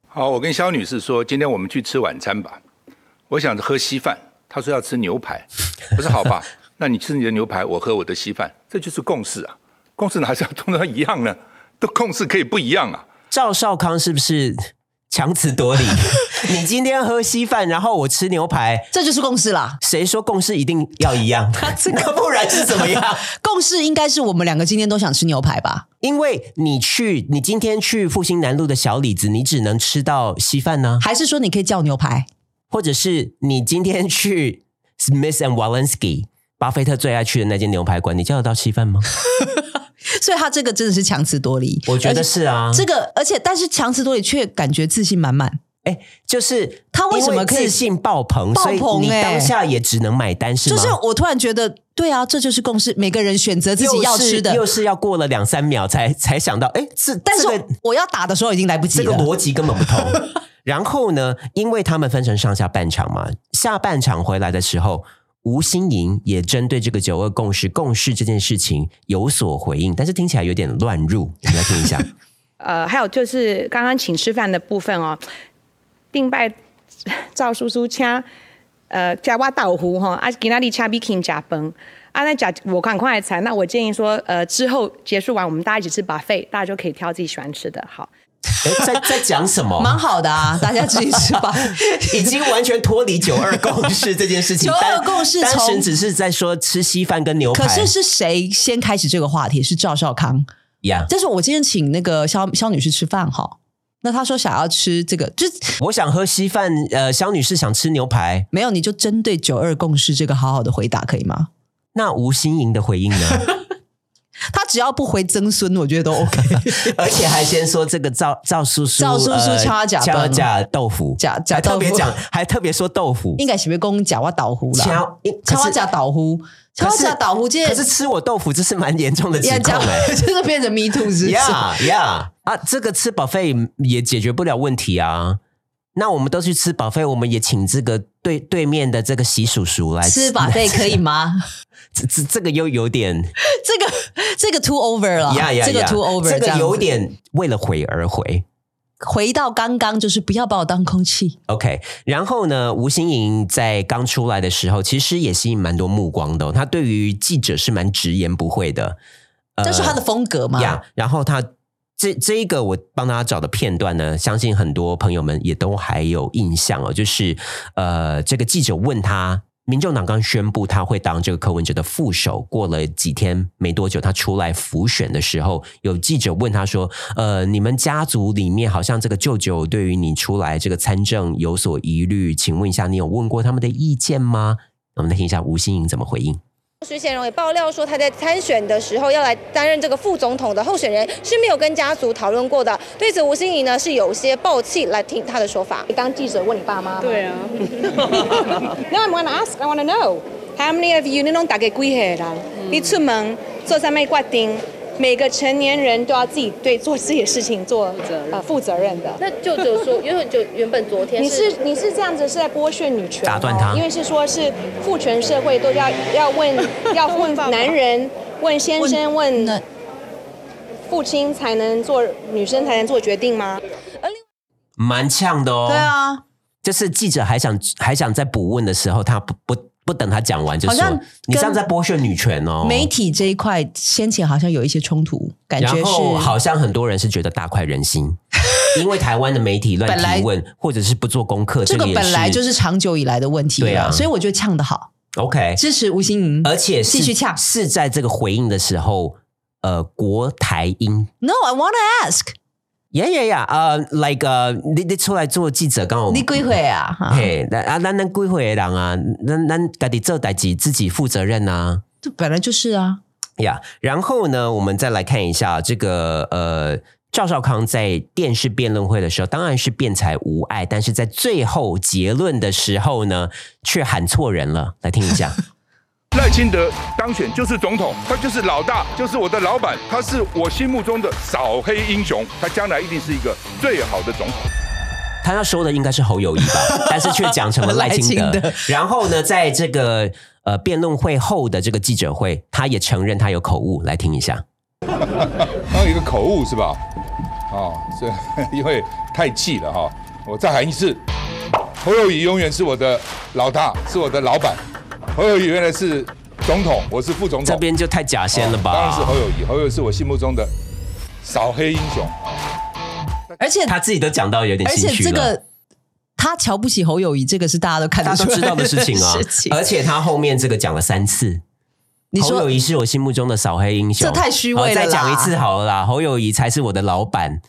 Speaker 4: 好，我跟肖女士说，今天我们去吃晚餐吧。我想喝稀饭，她说要吃牛排，我说好吧，那你吃你的牛排，我喝我的稀饭，这就是共识啊。共识哪是要通常一样呢？都共识可以不一样啊。
Speaker 1: 赵少康是不是强词夺理？ 你今天喝稀饭，然后我吃牛排，
Speaker 3: 这就是共识啦。
Speaker 1: 谁说共识一定要一样？那不然是怎么样？
Speaker 3: 共识应该是我们两个今天都想吃牛排吧？
Speaker 1: 因为你去，你今天去复兴南路的小李子，你只能吃到稀饭呢、
Speaker 3: 还是说你可以叫牛排？
Speaker 1: 或者是你今天去 Smith and Walensky，巴菲特最爱去的那间牛排馆，你叫得到稀饭 吗？
Speaker 3: 所以他这个真的是强词夺理。
Speaker 1: 我觉得
Speaker 3: 而且
Speaker 1: 是啊，
Speaker 3: 呃这个，而且但是强词夺理却感觉自信满满。
Speaker 1: 哎，就是
Speaker 3: 他为什么
Speaker 1: 因
Speaker 3: 可以
Speaker 1: 自信爆棚？
Speaker 3: 爆棚
Speaker 1: 所以你
Speaker 3: 哎
Speaker 1: 当下也只能买单，是
Speaker 3: 就
Speaker 1: 吗？
Speaker 3: 是我突然觉得，对啊，这就是共识，每个人选择自己要吃的
Speaker 1: 又是，又是要过了两三秒才才想到，哎，这
Speaker 3: 但是
Speaker 1: 这个
Speaker 3: 我要打的时候已经来不及
Speaker 1: 这
Speaker 3: 了
Speaker 1: 个。逻辑根本 不通。然后呢，因为他们分成上下半场嘛，下半场回来的时候，吴新莹也针对这个九二共识共识这件事情有所回应，但是听起来有点乱入，我们来听一 下。
Speaker 5: 呃，还有就是刚刚请吃饭的部分哦，定拜赵叔叔请呃，加我豆腐哈，啊，今仔日请 Viking 加崩，啊，那加我看快餐，那我建议说，呃，之后结束完我们大家一起吃 buffet，大家就可以挑自己喜欢吃的。好，
Speaker 1: 哎，在在讲什
Speaker 3: 蛮
Speaker 1: 么？
Speaker 3: 好的啊，大家自己吃 吧。
Speaker 1: 已经完全脱离九二共识这件事 情。
Speaker 3: 九二
Speaker 1: 单
Speaker 3: 共识
Speaker 1: 单
Speaker 3: 从
Speaker 1: 纯只是在说吃稀饭跟牛排。
Speaker 3: 可是是谁先开始这个话题？是赵少康。
Speaker 1: 呀
Speaker 3: 但是我今天请那个肖肖女士吃饭哈，那她说想要吃这个，就
Speaker 1: 我想喝稀饭，呃，肖女士想吃牛排，
Speaker 3: 没有你就针对九二共识这个好好的回答可以吗？
Speaker 1: 那吴新莹的回应呢？
Speaker 3: 她只要不回曾孙，我觉得 都 OK。
Speaker 1: 而且还先说这个赵赵叔叔，
Speaker 3: 赵叔叔敲他假
Speaker 1: 敲
Speaker 3: 崩
Speaker 1: 假豆腐，
Speaker 3: 假假
Speaker 1: 还特别
Speaker 3: 豆腐
Speaker 1: 讲，还特别说豆腐，
Speaker 3: 应该是被公假哇倒呼啦，
Speaker 1: 敲一
Speaker 3: 敲
Speaker 1: 可
Speaker 3: 哇
Speaker 1: 是
Speaker 3: 假倒呼，敲
Speaker 1: 可
Speaker 3: 哇
Speaker 1: 是
Speaker 3: 假倒呼，这
Speaker 1: 可是吃我豆腐，这是蛮严重的指
Speaker 3: 呀这
Speaker 1: 控
Speaker 3: 样
Speaker 1: 哎。
Speaker 3: 就是变成 me too 是不是？
Speaker 1: 呀呀啊！这个吃饱费也解决不了问题啊。那我们都去吃饱费，我们也请这个对对面的这个习叔叔来
Speaker 3: 吃吧，对，可以吗？
Speaker 1: 这这这个又有点
Speaker 3: 这个这个 too over 了
Speaker 1: 呀呀，
Speaker 3: 啊这个
Speaker 1: 呀
Speaker 3: too over，
Speaker 1: 这
Speaker 3: 这
Speaker 1: 个
Speaker 3: 样
Speaker 1: 有
Speaker 3: 子
Speaker 1: 点为了回而回。
Speaker 3: 回到刚刚，就是不要把我当空气。
Speaker 1: OK，然后呢，吴新颖在刚出来的时候，其实也吸引蛮多目光的哦、她对于记者是蛮直言不讳的，呃
Speaker 3: 这是他的风格嘛？
Speaker 1: 呀。然后她这这一个我帮大家找的片段呢，相信很多朋友们也都还有印象哦，就是呃，这个记者问他。民众党刚宣布他会当这个柯文哲的副手，过了几天没多久，他出来浮选的时候，有记者问他说：“呃，你们家族里面好像这个舅舅对于你出来这个参政有所疑虑，请问一下，你有问过他们的意见吗？”我们来听一下吴新颖怎么回应。
Speaker 7: 徐显荣也爆料说，他在参选的时候要来担任这个副总统的候选人是没有跟家族讨论过的。对此，吴欣怡呢是有些暴气，来听他的说法。你当记者问你爸妈吗？
Speaker 5: 对啊。no, I want to ask. I want to know how many of you 你拢大概几岁啦？你出门做上面挂定，每个成年人都要自己对做自己的事情做呃负责任的。
Speaker 7: 那舅舅说，因为就原本昨天
Speaker 5: 你是你是这样子是在剥削女权、哦，
Speaker 1: 打断他
Speaker 5: 因为是说是父权社会都要要 问要问男人、问先生、
Speaker 3: 那
Speaker 5: 问父亲才能做，女生才能做决定吗？
Speaker 1: 蛮呛的哦。
Speaker 3: 对，啊，
Speaker 1: 就是记者还想还想再补问的时候，他不不不等他讲完就
Speaker 3: 好像
Speaker 1: 说
Speaker 3: 跟：“
Speaker 1: 你这样在剥削女权哦。”
Speaker 3: 媒体这一块先前好像有一些冲突，感觉
Speaker 1: 然后
Speaker 3: 是
Speaker 1: 好像很多人是觉得大快人心，因为台湾的媒体乱
Speaker 3: 本来
Speaker 1: 提问或者是不做功课，
Speaker 3: 这个
Speaker 1: 也
Speaker 3: 本来就是是长久以来的问题了
Speaker 1: 对啊
Speaker 3: 所以我觉得呛得好，
Speaker 1: OK，
Speaker 3: 支持吴欣莹，
Speaker 1: 而且是
Speaker 3: 继续呛
Speaker 1: 是在这个回应的时候。呃国台英
Speaker 3: No, I want to ask，
Speaker 1: 呀呀呀，呃，like 呃，你你出来做记者，刚好
Speaker 3: 你几岁啊？哈
Speaker 1: 嘿，那啊，咱咱几岁的人啊，咱咱家己做代志自己负责任啊。
Speaker 3: 这本来就是啊，
Speaker 1: 呀然后呢，我们再来看一下这个呃，赵少康在电视辩论会的时候，当然是辩才无碍，但是在最后结论的时候呢，却喊错人了。来听一 下，
Speaker 4: 赖清德当选就是总统，他就是老大，就是我的老板，他是我心目中的扫黑英雄，他将来一定是一个最好的总统。
Speaker 1: 他要说的应该是侯友谊吧，但是却讲成了赖清德。
Speaker 3: 赖清德
Speaker 1: 然后呢，在这个呃辩论会后的这个记者会，他也承认他有口误。来听一下，
Speaker 4: 刚有一个口误是吧？哦，这 因为太气了哈、我再喊一次，侯友谊永远是我的老大，是我的老板。侯友谊原来是总统，我是副总统。啊
Speaker 1: 这边就太假先了吧？
Speaker 4: 当然是侯友谊，侯友谊是我心目中的扫黑英雄。
Speaker 3: 而且
Speaker 1: 他自己都讲到有点
Speaker 3: 而
Speaker 1: 心
Speaker 3: 且
Speaker 1: 虚了。
Speaker 3: 这个他瞧不起侯友谊，这个是大家都看
Speaker 1: 大
Speaker 3: 得
Speaker 1: 家
Speaker 3: 出
Speaker 1: 都
Speaker 3: 来。
Speaker 1: 知道的事情啊
Speaker 3: 情
Speaker 1: 而且他后面这个讲了三次。
Speaker 3: 你
Speaker 1: 侯友
Speaker 3: 说
Speaker 1: 谊是我心目中的扫黑英雄，
Speaker 3: 这太虚伪了啦
Speaker 1: 好再讲一次好了啦，侯友谊才是我的老板，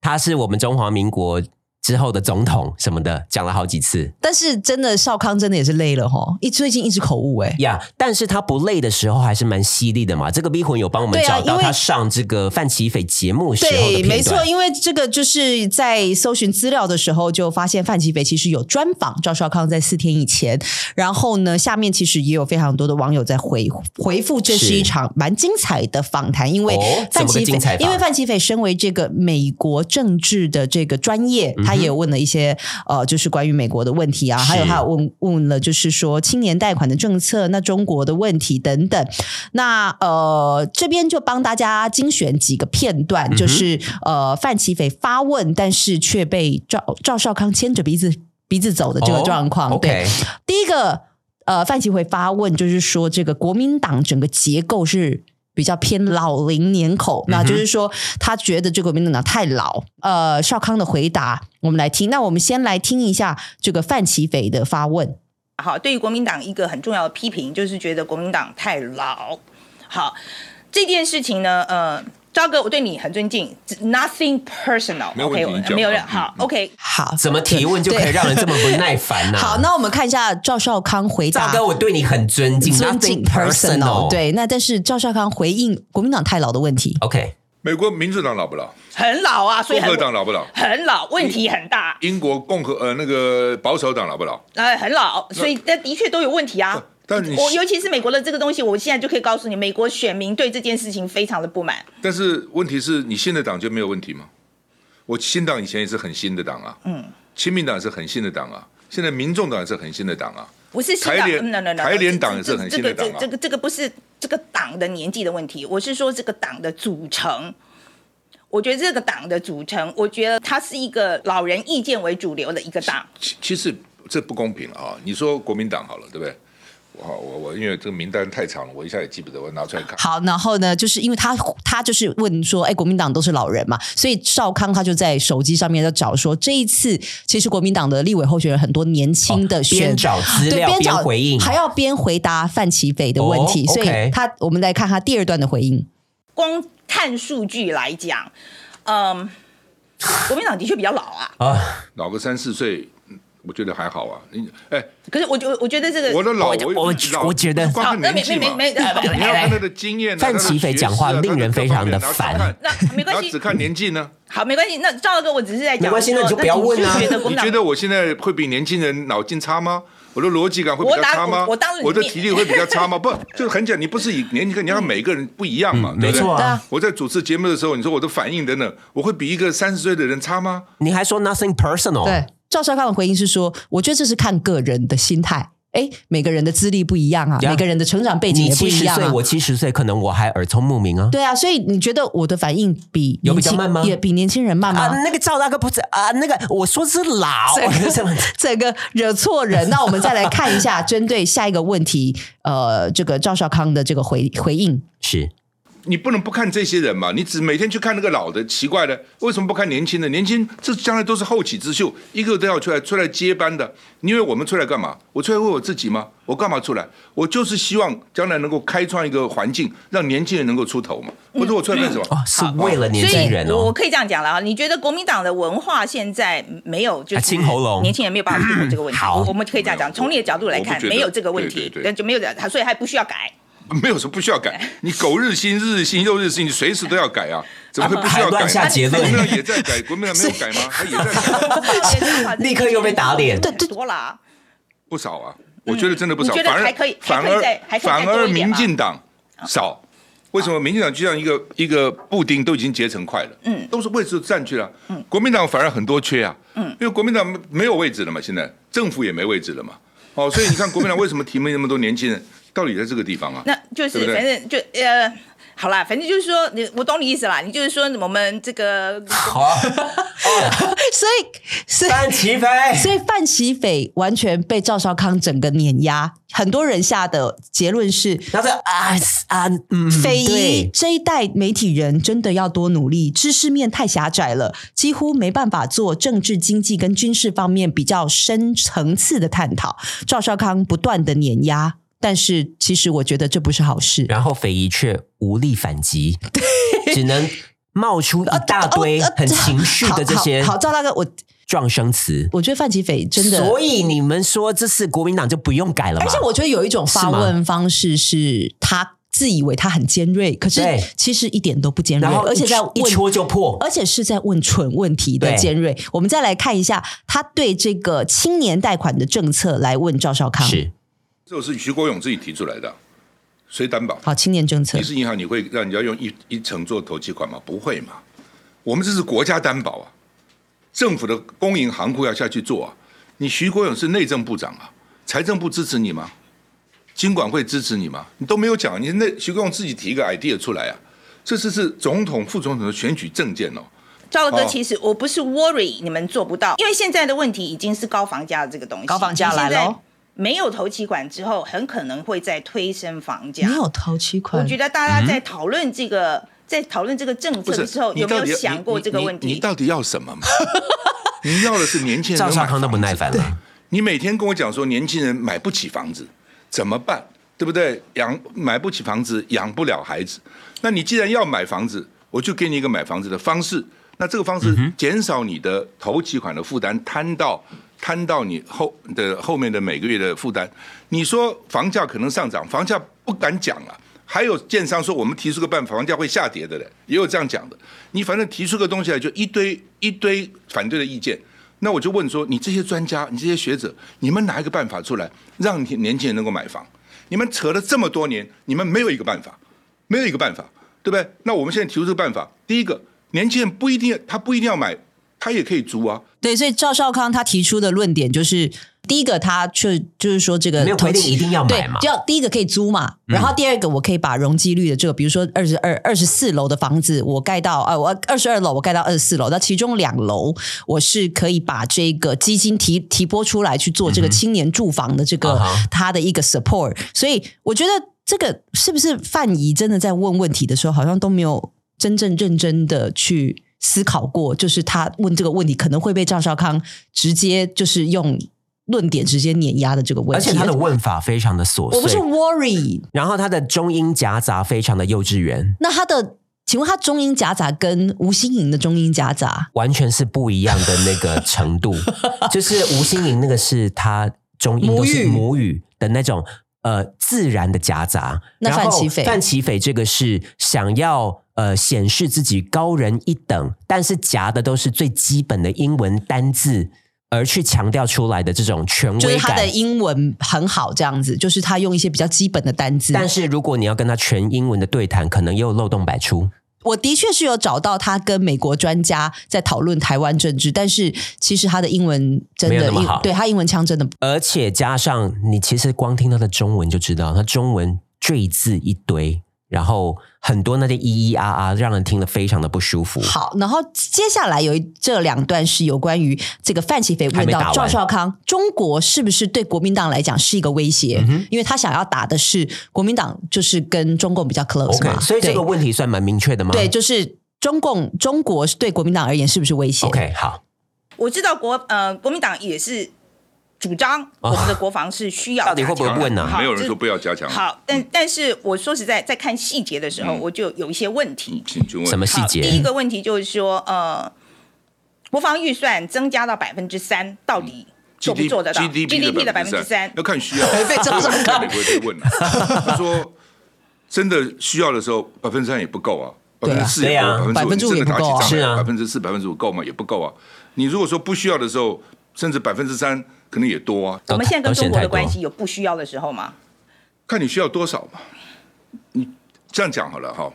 Speaker 1: 他是我们中华民国之后的总统什么的，讲了好几次
Speaker 3: 但是真的少康真的也是累了吼，一最近一直口误哎、
Speaker 1: 呀。但是他不累的时候还是蛮犀利的嘛。这个逼魂有帮我们
Speaker 3: 对啊
Speaker 1: 找到
Speaker 3: 因为
Speaker 1: 他上这个范奇斐节目时候的
Speaker 3: 对，
Speaker 1: 片
Speaker 3: 没错，
Speaker 1: 段。哦
Speaker 3: 因为这个就是在搜寻资料的时候就发现范奇斐其实有专访赵少康在四天以前，然后呢，下面其实也有非常多的网友在回回复，这是
Speaker 1: 是
Speaker 3: 一场蛮精彩的访谈，因为
Speaker 1: 哦怎么
Speaker 3: 范奇
Speaker 1: 个
Speaker 3: 斐
Speaker 1: 精彩，法
Speaker 3: 因为范奇斐身为这个美国政治的这个专业，
Speaker 1: 嗯
Speaker 3: 他也问了一些呃，就是关于美国的问题啊，
Speaker 1: 是
Speaker 3: 还有他问问了就是说青年贷款的政策，那中国的问题等等，那呃，这边就帮大家精选几个片
Speaker 1: 嗯
Speaker 3: 段，就是呃，范奇斐发问，但是却被赵赵少康牵着鼻子鼻子走的
Speaker 1: 哦
Speaker 3: 这个状况。
Speaker 1: o
Speaker 3: 对
Speaker 1: k
Speaker 3: 第一个呃，范奇斐发问就是说，这个国民党整个结构是。比较偏老龄年口，
Speaker 1: 嗯
Speaker 3: 那就是说他觉得这个国民党太老。呃，少康的回答我们来听，那我们先来听一下这个范奇斐的发问。
Speaker 8: 好，对于国民党一个很重要的批评，就是觉得国民党太老。好，这件事情呢，呃，赵哥，我对你很尊敬只，nothing personal，
Speaker 4: 没有问题
Speaker 8: o
Speaker 4: 你
Speaker 8: k
Speaker 4: 讲
Speaker 8: 没有任
Speaker 4: 吧嗯
Speaker 8: 好，OK，
Speaker 3: 好，
Speaker 1: 怎么提问就可以让人这么不耐烦呢、
Speaker 3: 好，那我们看一下赵少康回答。
Speaker 1: 赵哥，我对你很尊敬，
Speaker 3: 尊敬
Speaker 1: nothing personal，
Speaker 3: 对，那但是赵少康回应国民党太老的问题，
Speaker 1: ，OK，
Speaker 4: 美国民主党老不老？
Speaker 8: 很老啊，所以
Speaker 4: 共
Speaker 8: 很
Speaker 4: 和党老不老？
Speaker 8: 很老，问题很大，
Speaker 4: 英国共和呃那个保守党老不老？
Speaker 8: 呃，很老，所以但的确都有问题啊。
Speaker 4: 但但你
Speaker 8: 我尤其是美国的这个东西，我现在就可以告诉你，美国选民对这件事情非常的不满。
Speaker 4: 但是问题是你新的党就没有问题吗？我新党以前也是很新的党啊，嗯，亲民党也是很新的党啊，现在民众党也是很新的党啊，
Speaker 8: 不是新党
Speaker 4: 台联
Speaker 8: 嗯，no no no，
Speaker 4: 台联党
Speaker 8: 这
Speaker 4: 也是很
Speaker 8: 这
Speaker 4: 新的党啊
Speaker 8: 这个这个这个不是这个党的年纪的问题，我是说这个党的组成。我觉得这个党的组成，我觉得它是一个老人意见为主流的一个党。
Speaker 4: 其其实这不公平啊！你说国民党好了，对不对？我我我因为这个名单太长了，我一下也记不得，我拿出来看。
Speaker 3: 好，然后呢，就是因为他他就是问说，哎，国民党都是老人嘛，所以少康他就在手机上面在找说，这一次其实国民党的立委候选人很多年轻的选、
Speaker 1: 边找资
Speaker 3: 对，
Speaker 1: 料
Speaker 3: 哦边
Speaker 1: 边
Speaker 3: 找
Speaker 1: 回应，
Speaker 3: 还要边回答范奇斐的问题，
Speaker 1: 哦
Speaker 3: 所以
Speaker 1: OK
Speaker 3: 他我们来看他第二段的回应。
Speaker 8: 光看数据来讲，嗯，国民党的确比较老啊。
Speaker 4: 老个三四岁，嗯我觉得还好啊。你哎，
Speaker 8: 可是我觉我觉得这个
Speaker 4: 我的老
Speaker 1: 我
Speaker 4: 我
Speaker 1: 我我觉得
Speaker 4: 光
Speaker 8: 好，
Speaker 4: 看
Speaker 8: 那
Speaker 4: 年
Speaker 8: 没
Speaker 4: 纪
Speaker 8: 没
Speaker 4: 嘛
Speaker 8: 没，没，呃
Speaker 4: 你要看他的经验啊。
Speaker 1: 范
Speaker 4: 他的
Speaker 1: 奇斐
Speaker 4: 学识
Speaker 1: 讲
Speaker 4: 啊
Speaker 1: 话
Speaker 4: 他的
Speaker 1: 令人
Speaker 4: 各
Speaker 1: 非
Speaker 4: 方
Speaker 1: 常
Speaker 4: 面
Speaker 1: 的
Speaker 4: 然后只
Speaker 1: 烦
Speaker 4: 看
Speaker 8: 那没关
Speaker 4: 然后
Speaker 8: 系
Speaker 4: 只，看年纪呢？
Speaker 8: 好没关系。那赵哥，我只是在讲说，
Speaker 1: 没关系那你就不要问啊
Speaker 8: 那你觉得国
Speaker 4: 你
Speaker 8: 民党
Speaker 4: 觉得我现在会比年轻人脑筋差吗？我的逻辑感会比较差吗？
Speaker 8: 我打我当然
Speaker 4: 我的体力会比较差 吗？不，就是很简单，你不是以年纪跟你要每个人不一样嘛，
Speaker 1: 嗯
Speaker 4: 对不
Speaker 1: 没
Speaker 4: 对？
Speaker 1: 错啊对啊
Speaker 4: 我在主持节目的时候，你说我的反应等等，我会比一个三十岁的人差吗？
Speaker 1: 你还说 nothing personal，
Speaker 3: 对，赵少康的回应是说，我觉得这是看个人的心态。哎，每个人的资历不一样啊，
Speaker 1: 呀
Speaker 3: 每个人的成长背景
Speaker 1: 你
Speaker 3: 也不
Speaker 1: 七
Speaker 3: 一
Speaker 1: 十
Speaker 3: 样
Speaker 1: 岁，
Speaker 3: 啊。
Speaker 1: 我七十岁，可能我还耳聪目明啊。
Speaker 3: 对啊，所以你觉得我的反应比
Speaker 1: 有比
Speaker 3: 年轻
Speaker 1: 较慢吗
Speaker 3: 也比年轻人慢吗？
Speaker 1: 啊，那个赵大哥不是啊，那个我说 是老
Speaker 3: 这个
Speaker 1: 什么
Speaker 3: 整个惹错人。那我们再来看一 下，针对下一个问题，呃，这个赵少康的这个回回应。
Speaker 1: 是
Speaker 4: 你不能不看这些人嘛，你只每天去看那个老的，奇怪的，为什么不看年轻的？年轻这将来都是后起之秀，一个都要出来出来接班的。你以为我们出来干嘛？我出来为我自己吗？我干嘛出来？我就是希望将来能够开创一个环境，让年轻人能够出头嘛。不是我出来干什么？
Speaker 1: 哦，是为了年
Speaker 8: 所
Speaker 1: 轻
Speaker 8: 以
Speaker 1: 人
Speaker 8: 我
Speaker 1: 哦
Speaker 8: 我。可以这样讲了啊。你觉得国民党的文化现在没有就
Speaker 1: 啊
Speaker 8: 是
Speaker 1: 清喉咙
Speaker 8: 年轻人没有办法突破这个问题。
Speaker 1: 好
Speaker 8: 我我们可以这样讲，从你的角度来
Speaker 4: 我
Speaker 8: 看
Speaker 4: 不觉，得
Speaker 8: 没有这个问
Speaker 4: 对
Speaker 8: 题
Speaker 4: 对对，
Speaker 8: 那就没有这，他所以还不需 要改。
Speaker 4: 没有什么不需要改，你狗日新、日日新、又日新，你随时都要改啊，怎么会不需要
Speaker 1: 还
Speaker 4: 改
Speaker 1: 乱
Speaker 4: 呢？
Speaker 1: 下结论
Speaker 4: 国民党也在改，国民党没有 改吗？他也在改，
Speaker 1: 立刻又被打脸
Speaker 8: 对对， 多啦。
Speaker 4: 不少啊，我觉得真的不少。
Speaker 8: 嗯你觉得
Speaker 4: 反而
Speaker 8: 还可以还
Speaker 4: 反
Speaker 8: 可以再
Speaker 4: 而
Speaker 8: 还可以再
Speaker 4: 反
Speaker 8: 多
Speaker 4: 而
Speaker 8: 一点啊
Speaker 4: 民
Speaker 8: 吧
Speaker 4: 进党少，为什么民进党就像一个一个布丁都已经结成块了，
Speaker 8: 嗯
Speaker 4: 都是位置都占据了，国民党反而很多缺啊，嗯，因为国民党没有位置了嘛，现在政府也没位置了嘛，哦，所以你看国民党为什么提名那么多年轻人，道理在这个地方啊。
Speaker 8: 那
Speaker 4: 对
Speaker 8: 就是
Speaker 4: 不对
Speaker 8: 反正就呃，好啦，反正就是说，你我懂你意思啦。你就是说我们这个
Speaker 1: 好，
Speaker 3: 所以所以
Speaker 1: 范奇飞，
Speaker 3: 所以范喜斐完全被赵少康整个碾压，很多人下的结论是。
Speaker 1: 他说啊啊，嗯，
Speaker 3: 非遗
Speaker 1: 对
Speaker 3: 这一代媒体人真的要多努力，知识面太狭窄了，几乎没办法做政治、经济跟军事方面比较深层次的探讨。赵少康不断的碾压，但是其实我觉得这不是好事。
Speaker 1: 然后匪夷却无力反击，只能冒出一大堆
Speaker 3: 哦呃
Speaker 1: 很情绪的这些
Speaker 3: 好好好赵大哥，我
Speaker 1: 撞声词。
Speaker 3: 我觉得范奇斐真的，
Speaker 1: 所以你们说这次国民党就不用改了嘛？
Speaker 3: 而且我觉得有一种发
Speaker 1: 是
Speaker 3: 问方式是他自以为他很尖锐，可是
Speaker 1: 对
Speaker 3: 其实一点都不尖锐，
Speaker 1: 然后一
Speaker 3: 而且在
Speaker 1: 一
Speaker 3: 问
Speaker 1: 戳就破，
Speaker 3: 而且是在问蠢问题的
Speaker 1: 对
Speaker 3: 尖锐。我们再来看一下他对这个青年贷款的政策来问赵少康。
Speaker 1: 是
Speaker 4: 这是徐国勇自己提出来的，啊谁担保？
Speaker 3: 好，青年政策
Speaker 4: 其实银行你会让人家用一一层做投机款吗？不会嘛，我们这是国家担保啊，政府的公营行库要下去做啊。你徐国勇是内政部长啊，财政部支持你吗？金管会支持你吗？你都没有讲，你那徐国勇自己提一个 idea 出来啊，这次是总统、副总统的选举证件哦。
Speaker 8: 赵哥，
Speaker 4: 哦
Speaker 8: 其实我不是 worry 你们做不到，因为现在的问题已经是高房价的这个东西，
Speaker 3: 高房价来了哦。
Speaker 8: 没有投期款之后，很可能会再推升房价。
Speaker 3: 没有投期
Speaker 8: 我
Speaker 3: 款，
Speaker 8: 觉得大家在讨论这个，在讨论这个政
Speaker 4: 嗯不
Speaker 8: 策
Speaker 4: 是
Speaker 8: 的时候，
Speaker 4: 你
Speaker 8: 有没有
Speaker 4: 到底
Speaker 8: 想过这个问
Speaker 4: 你你你
Speaker 8: 题？
Speaker 4: 到底要什么嘛？你要的是年轻人
Speaker 1: 赵
Speaker 4: 能
Speaker 1: 少
Speaker 4: 买
Speaker 1: 康都不
Speaker 4: 房子
Speaker 1: 耐烦了。
Speaker 4: 你每天跟我讲说年轻人买不起房子，怎么办？对不对？养买不起房子，养不了孩子。那你既然要买房子，我就给你一个买房子的方式。那这个方式减少你的头期款的负担，摊到摊到你后的后面的每个月的负担。你说房价可能上涨，房价不敢讲啊。还有建商说我们提出个办法，房价会下跌的嘞，也有这样讲的。你反正提出个东西来，就一堆一堆反对的意见。那我就问说，你这些专家，你这些学者，你们拿一个办法出来，让年年轻人能够买房？你们扯了这么多年，你们没有一个办法，没有一个办法，对不对？那我们现在提出这个办法，第一个，年轻人不一定他不一定要买，他也可以租啊。
Speaker 3: 对，所以赵少康他提出的论点就是。第一个，他就就是说这个
Speaker 1: 没有
Speaker 3: 投
Speaker 1: 规定
Speaker 3: 期
Speaker 1: 一定要买
Speaker 3: 对
Speaker 1: 嘛
Speaker 3: 就要第一个可以租嘛，
Speaker 1: 嗯
Speaker 3: 然后第二个我可以把容积率的这个，比如说二十二、二十四楼的房子，我盖到呃，我二十二楼我盖到二十四楼，那其中两楼我是可以把这个基金提提拨出来去做这个青年住房的这个、
Speaker 1: 嗯啊哈
Speaker 3: 它的一个 support，所以我觉得这个是不是范怡真的在问问题的时候，好像都没有真正认真的去思考过，就是他问这个问题可能会被赵少康直接就是用论点直接碾压的这个问
Speaker 1: 而
Speaker 3: 题，
Speaker 1: 且他的问法非常的琐
Speaker 3: 我不是
Speaker 1: 碎，
Speaker 3: worry，
Speaker 1: 然后他的中英夹杂非常的幼稚园，
Speaker 3: 那他的，请问他中英夹杂跟吴心颖的中英夹杂，
Speaker 1: 完全是不一样的那个程 度。就是吴心莹那个是他中英都是
Speaker 3: 母语
Speaker 1: 母语的那种呃自然的夹杂，
Speaker 3: 那
Speaker 1: 然后
Speaker 3: 范琪斐
Speaker 1: 范琪斐这个是想要。呃，显示自己高人一等，但是夹的都是最基本的英文单字，而去强调出来的这种权威感，
Speaker 3: 就是他的英文很好，这样子，就是他用一些比较基本的单字，
Speaker 1: 但是如果你要跟他全英文的对谈，可能又漏洞百出。
Speaker 3: 我的确是有找到他跟美国专家在讨论台湾政治，但是其实他的英文真
Speaker 1: 没有
Speaker 3: 的，
Speaker 1: 那么
Speaker 3: 英
Speaker 1: 好
Speaker 3: 对他英文腔真的不
Speaker 1: 而且加上你其实光听他的中文就知道，他中文赘字一堆，然后很多那些咿咿啊啊，让人听得非常的不舒服。
Speaker 3: 好，然后接下来有一这两段是有关于这个范奇斐
Speaker 1: 还
Speaker 3: 问
Speaker 1: 没打
Speaker 3: 到
Speaker 1: 完
Speaker 3: 赵少康，中国是不是对国民党来讲是一个威
Speaker 1: 嗯
Speaker 3: 胁？因为他想要打的是国民党，就是跟中共比较 close 嘛
Speaker 1: OK，所以这个问题算蛮明确的吗？
Speaker 3: 对对，就是中共中国对国民党而言是不是威胁
Speaker 1: OK，好，
Speaker 8: 我知道国呃国民党也是主张
Speaker 4: 啊
Speaker 8: 我们的国防是需要
Speaker 1: 到底会不会
Speaker 8: 加强
Speaker 1: 问啊呢
Speaker 8: 好
Speaker 4: 没有
Speaker 8: 这
Speaker 4: 人说不要加强。，
Speaker 8: 好，但但是我说实在，在看细节的时
Speaker 4: 嗯
Speaker 8: 候，我就有一些问题。
Speaker 4: 请君问
Speaker 1: 什么细
Speaker 8: 好，第一
Speaker 1: 节？
Speaker 8: 个问题就是说，呃，国防预算增加到百分之三，到
Speaker 4: 嗯
Speaker 8: 底做不做得到
Speaker 4: GDP
Speaker 8: 的
Speaker 4: 的百
Speaker 8: 百分
Speaker 4: 分
Speaker 8: 之
Speaker 4: 之
Speaker 8: 三
Speaker 4: 三，要 看需要。被
Speaker 3: 赵少康
Speaker 4: 美国人问了，他说真的需要的时候，百分之三也不够啊，百
Speaker 3: 对
Speaker 4: 分
Speaker 3: 啊
Speaker 4: 之四也
Speaker 1: 对
Speaker 4: 不
Speaker 1: 啊
Speaker 3: 5%
Speaker 4: 够，五
Speaker 3: 也
Speaker 4: 真
Speaker 3: 不
Speaker 4: 的打
Speaker 3: 够啊
Speaker 4: 起
Speaker 1: 是啊
Speaker 4: 仗来，百分之四、百分之五够吗？也不够啊。你如果说不需要的时候，甚至百分之三可能也多啊，
Speaker 8: 我们现在跟
Speaker 1: 都
Speaker 8: 中
Speaker 1: 显
Speaker 8: 国
Speaker 1: 太
Speaker 8: 的
Speaker 1: 多
Speaker 8: 关系有不需要的时候吗？
Speaker 4: 看你需要多少嘛。你这样讲好了哈，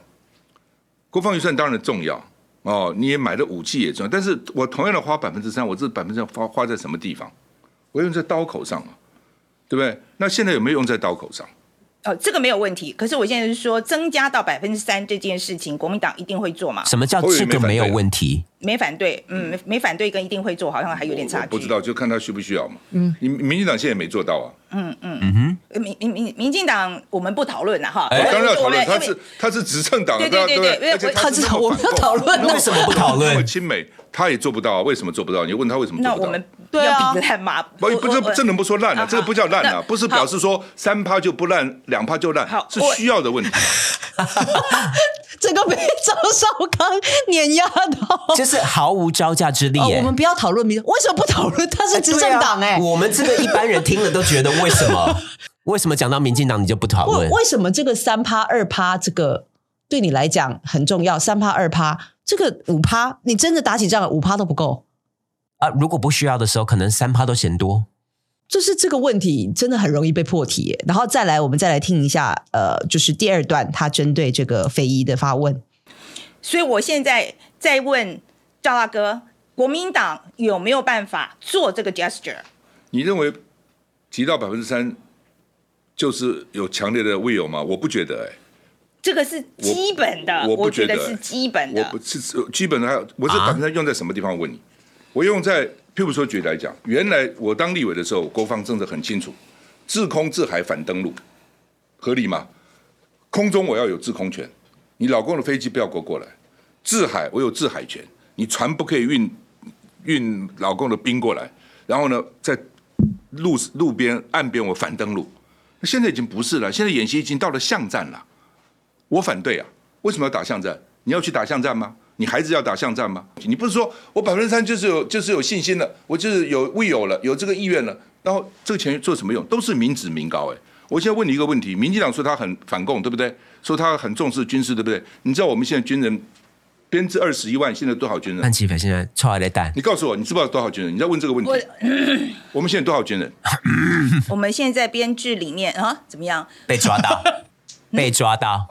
Speaker 4: 国防预算当然重要哦，你也买的武器也重要，但是我同样的花百分之三，我这百分之三花花在什么地方？我用在刀口上嘛，对不对？那现在有没有用在刀口上？
Speaker 8: 哦，这个没有问题。可是我现在是说，增加到百分之三这件事情，国民党一定会做嘛？
Speaker 1: 什么叫
Speaker 4: 我以为
Speaker 1: 这个
Speaker 4: 没反
Speaker 1: 没有
Speaker 4: 对啊
Speaker 1: 问题？
Speaker 8: 没反对，嗯，没没反对跟一定会做，好像还有点差
Speaker 4: 我
Speaker 8: 距。
Speaker 4: 不知道，就看他需不需要嘛。嗯，你民进党现在也没做到啊。
Speaker 8: 呃，民民民民进党我们不讨论了哈。
Speaker 1: 哎
Speaker 3: 哎
Speaker 4: 我当然要讨
Speaker 8: 哎我们
Speaker 4: 论，他
Speaker 8: 因为
Speaker 4: 是他是执政党，
Speaker 8: 对
Speaker 4: 当然
Speaker 8: 对对对
Speaker 4: 而且
Speaker 8: 因为
Speaker 4: 他是那么
Speaker 3: 我们要
Speaker 4: 反共
Speaker 3: 讨论
Speaker 1: 那为什么不讨
Speaker 4: 那么
Speaker 1: 论？
Speaker 4: 亲美，他也做不到啊？为什么做不到？你问他为什么
Speaker 8: 那
Speaker 4: 做不
Speaker 8: 我
Speaker 4: 到？
Speaker 8: 们
Speaker 3: 对啊
Speaker 8: 要比烂嘛？
Speaker 4: 不
Speaker 8: 我
Speaker 4: 不是
Speaker 8: 我
Speaker 4: 这能不说烂
Speaker 8: 啊
Speaker 4: 啊，这个不叫烂
Speaker 8: 好
Speaker 4: 啊，不是表示说三趴就不烂，两趴就烂
Speaker 8: 好，
Speaker 4: 是
Speaker 8: 我
Speaker 4: 需要的问题。
Speaker 3: 这个被赵少康碾压
Speaker 8: 哦
Speaker 3: 到。
Speaker 1: 就是毫无招架之力
Speaker 3: 哦，
Speaker 1: 耶
Speaker 3: 我。们不要讨论民，为什么不讨论？他是执
Speaker 1: 对
Speaker 3: 政
Speaker 1: 啊
Speaker 3: 党哎、
Speaker 1: 我们这个一般人听了都觉得为什 么？为什么讲到民进党你就不讨
Speaker 3: 为
Speaker 1: 论？
Speaker 3: 为什么这个三趴二趴这个对你来讲很重要？三趴二趴，这个五趴，你真的打起仗来五趴都不够，
Speaker 1: 啊，如果不需要的时候，可能三趴都嫌多。
Speaker 3: 就是这个问题真的很容易被破题耶。然后再来，我们再来听一下，呃，就是第二段他针对这个非裔的发问，
Speaker 8: 所以我现在在问赵大哥，国民党有没有办法做这个 gesture？
Speaker 4: 你认为提到百分之三就是有强烈的 will 吗？我不觉得，哎，
Speaker 8: 这个是基本的，
Speaker 4: 我我不
Speaker 8: 觉
Speaker 4: 觉得
Speaker 8: 是基本
Speaker 4: 我
Speaker 8: 的
Speaker 4: 不。是是基本上，我是
Speaker 1: 啊
Speaker 4: 百分之三用在什么地方？我问你，我用在譬如说举例来讲，原来我当立委的时候，国防政策很清楚，制空制海反登陆，合理吗？空中我要有制空权，你老公的飞机不要给我过来；制海我有制海权，你船不可以运运老公的兵过来。然后呢，在路路边岸边我反登陆，那现在已经不是了，现在演习已经到了巷战了。我反对啊！为什么要打巷战？你要去打巷战吗？你孩子要打巷战吗？你不是说我百分之三就是有就是有信心了，我就是有未有了，有这个意愿了，然后这个钱做什么用？都是民脂民膏哎、我现在问你一个问题：民进党说他很反共，对不对？说他很重视军事，对不对？你知道我们现在军人编制二十一万，现在多少
Speaker 8: 嗯
Speaker 4: 军人
Speaker 1: 范？奇斐现在超爱的蛋，
Speaker 4: 你告诉我，你知不知道多少军人？你在问这个问题
Speaker 8: 我，
Speaker 4: 我们现在多少军人？
Speaker 8: 我们现在编制里面啊，怎么样？
Speaker 1: 被抓 到，被抓到，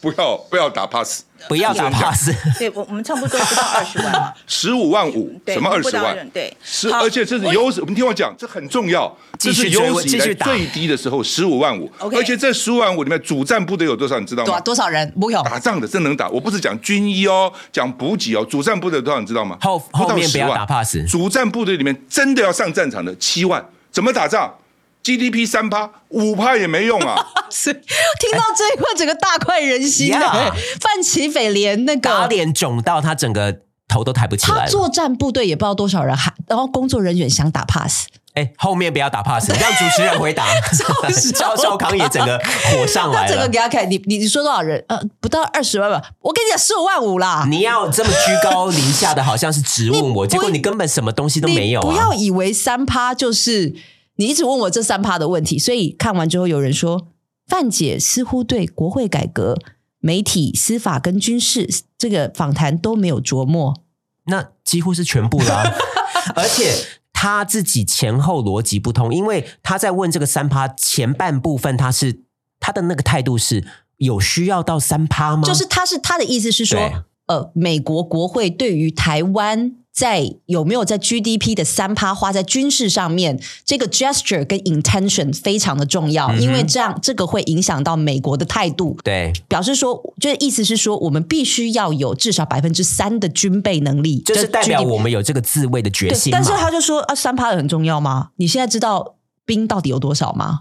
Speaker 4: 不要不要打 pass，
Speaker 1: 不要打 pass。
Speaker 8: 对我我们差不多不到二十万嘛，
Speaker 4: 十五万五，
Speaker 8: 对，
Speaker 4: 什么二
Speaker 8: 不
Speaker 4: 十
Speaker 8: 到
Speaker 4: 万？
Speaker 8: 20对，
Speaker 4: 是，
Speaker 8: 好
Speaker 4: 而且这是
Speaker 8: 我
Speaker 4: 有史，你听我讲，这很重要，
Speaker 1: 继
Speaker 4: 这
Speaker 1: 续
Speaker 4: 是
Speaker 1: 追问
Speaker 4: 有史以
Speaker 1: 继续
Speaker 4: 来
Speaker 1: 打
Speaker 4: 最低的时候十五万五
Speaker 8: OK
Speaker 4: 而且这十五万五里面主战部队有多少，你知道
Speaker 3: 多
Speaker 4: 吗？
Speaker 3: 多少人？不用，
Speaker 4: 打仗的真能打，我不是讲军医哦，讲补给哦，主战部队有多少你知道吗？
Speaker 1: 后
Speaker 4: 不到
Speaker 1: 后面不
Speaker 4: 10
Speaker 1: 要
Speaker 4: 万
Speaker 1: 打 pass
Speaker 4: 主战部队里面真的要上战场的七万，怎么打仗？GDP 三趴五趴也没用啊！
Speaker 3: 所以听到这一块整个大快人心的、
Speaker 1: 哎 Yeah
Speaker 3: 范奇斐连那
Speaker 1: 打
Speaker 3: 个。
Speaker 1: 脸肿到他整个头都抬不起
Speaker 3: 他
Speaker 1: 来了。
Speaker 3: 作战部队也不知道多少人，还然后工作人员想打 pass，
Speaker 1: 哎，后面不要打 pass，让主持人回答。
Speaker 3: 赵
Speaker 1: 赵
Speaker 3: 少
Speaker 1: 少康也整个火上
Speaker 3: 啊他
Speaker 1: 来
Speaker 3: 整个
Speaker 1: 了。
Speaker 3: 给他看，你你你说多少人？呃，不到二十万吧，我跟你讲十五万五啦。
Speaker 1: 你要这么居高临下的，好像是质问我，结果你根本什么东西都没有
Speaker 3: 你不
Speaker 1: 啊
Speaker 3: 要！以为三趴就是你一直问我这三趴的问题，所以看完之后有人说，范姐似乎对国会改革、媒体、司法跟军事这个访谈都没有琢磨。
Speaker 1: 那几乎是全部啦、 而且。他自己前后逻辑不通，因为他在问这个三趴前半部分，他是他的那个态度是有需要到三趴吗？
Speaker 3: 就是他是他的意思是说
Speaker 1: 对，
Speaker 3: 呃，美国国会对于台湾在有没有在 GDP 的三趴花在军事上面，这个 gesture 跟 intention 非常的重
Speaker 1: 嗯
Speaker 3: 要，因为这样这个会影响到美国的态度。
Speaker 1: 对，
Speaker 3: 表示说，就是意思是说，我们必须要有至少百分之三的军备能力，
Speaker 1: 就是代表
Speaker 3: GDP
Speaker 1: 我们有这个自卫的决
Speaker 3: 对，
Speaker 1: 心嘛。
Speaker 3: 但是他就说啊，三趴很重要吗？你现在知道兵到底有多少吗？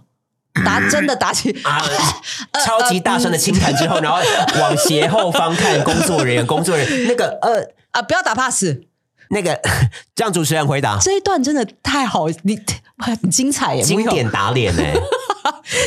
Speaker 3: 打真的打起，呃嗯
Speaker 1: 啊，超级大声的轻弹之后，然后往斜后方看，工作人员，工作人员，那个呃，
Speaker 3: 啊，不要打 pass，
Speaker 1: 那个让主持人回答，
Speaker 3: 这一段真的太好， 你很精彩耶，
Speaker 1: 经典打脸哎、
Speaker 3: 没有。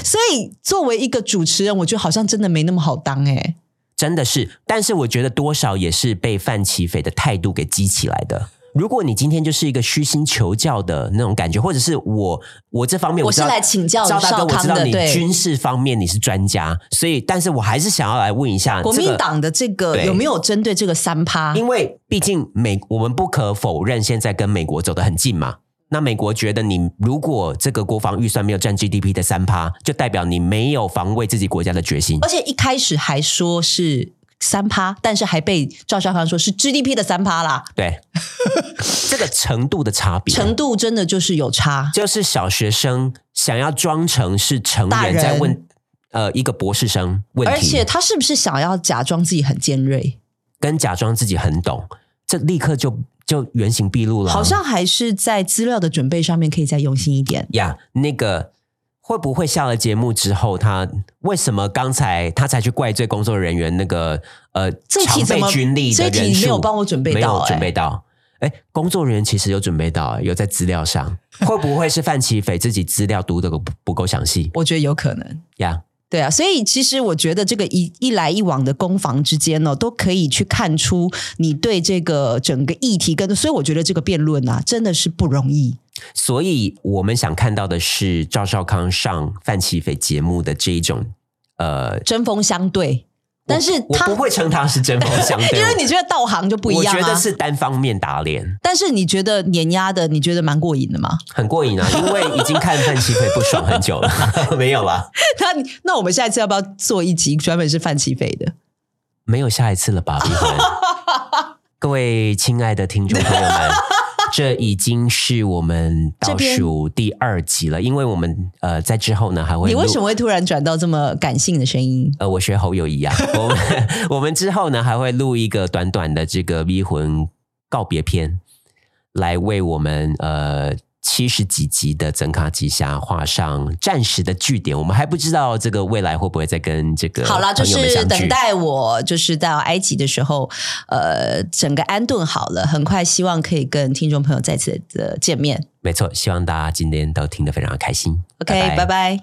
Speaker 3: 所以作为一个主持人，我觉得好像真的没那么好当哎。
Speaker 1: 真的是，但是我觉得多少也是被范奇斐的态度给激起来的。如果你今天就是一个虚心求教的那种感觉，或者是我我这方面
Speaker 3: 我
Speaker 1: 知道
Speaker 3: 是来请教
Speaker 1: 赵大
Speaker 3: 少
Speaker 1: 哥，我
Speaker 3: 康
Speaker 1: 知道
Speaker 3: 的
Speaker 1: 你
Speaker 3: 对
Speaker 1: 军事方面你是专家，所以但是我还是想要来问一下
Speaker 3: 国
Speaker 1: 这
Speaker 3: 民
Speaker 1: 个
Speaker 3: 党的这个
Speaker 1: 对
Speaker 3: 有没有针对这个三趴？
Speaker 1: 因为毕竟美，我们不可否认，现在跟美国走得很近嘛。那美国觉得你如果这个国防预算没有占 GDP 的三趴，就代表你没有防卫自己国家的决 心。
Speaker 3: 而且一开始还说是三趴，但是还被赵少康说是 GDP 的三趴啦，
Speaker 1: 对，这个程度的差别，
Speaker 3: 程度真的就是有差。
Speaker 1: 就是小学生想要装成是成
Speaker 3: 大
Speaker 1: 人
Speaker 3: 人
Speaker 1: 在问呃一个博士生问题，
Speaker 3: 而且他是不是想要假装自己很尖锐？
Speaker 1: 跟假装自己很懂，这立刻就就原形毕露了啊。
Speaker 3: 好像还是在资料的准备上面可以再用心一点。
Speaker 1: 呀那个会不会下了节目之后，他为什么刚才他才去怪罪工作人员那个呃
Speaker 3: 这一
Speaker 1: 常
Speaker 3: 题怎
Speaker 1: 备
Speaker 3: 么
Speaker 1: 军力的
Speaker 3: 这一
Speaker 1: 人
Speaker 3: 题
Speaker 1: 数
Speaker 3: 没有帮我准备
Speaker 1: 没
Speaker 3: 到
Speaker 1: 有
Speaker 3: 哎
Speaker 1: 准备到？哎，工作人员其实有准备到，啊有在资料上，会不会是范奇斐自己资料读的不不够详细
Speaker 3: 我觉得有可能。
Speaker 1: 呀？
Speaker 3: 对啊，所以其实我觉得这个一一来一往的攻防之间呢、都可以去看出你对这个整个议题跟，所以我觉得这个辩论啊，真的是不容易。
Speaker 1: 所以我们想看到的是赵少康上范奇斐节目的这一种呃，
Speaker 3: 针锋相对，但是
Speaker 1: 我
Speaker 3: 他
Speaker 1: 不会称他是针锋相对，
Speaker 3: 因为你觉得道行就不一
Speaker 1: 我
Speaker 3: 样
Speaker 1: 觉得
Speaker 3: 啊。
Speaker 1: 是单方面打脸。
Speaker 3: 但是你觉得碾压的，你觉得蛮过瘾的吗？
Speaker 1: 很过瘾啊，因为已经看范奇斐不爽很久了， 没有啦，
Speaker 3: 那你那我们下一次要不要做一集专门是范奇斐的？
Speaker 1: 没有下一次了吧，离婚。 各位亲爱的听众朋友们，这已经是我们倒数第二集了，因为我们呃在之后呢还会
Speaker 3: 你为
Speaker 1: 录
Speaker 3: 什么会突然转到这么感性的声音？
Speaker 1: 呃，我学侯友 谊啊，我们 我们之后呢还会录一个短短的这个迷魂告别篇，来为我们呃七十几集的整卡吉侠画上暂时的据点。我们还不知道这个未来会不会再跟这个
Speaker 3: 好啦，就
Speaker 1: 朋友们
Speaker 3: 是
Speaker 1: 相聚
Speaker 3: 等待我，就是到埃及的时候，呃，整个安顿好了，很快希望可以跟听众朋友再次的见面。
Speaker 1: 没错，希望大家今天都听得非常的开心。
Speaker 3: OK，拜拜。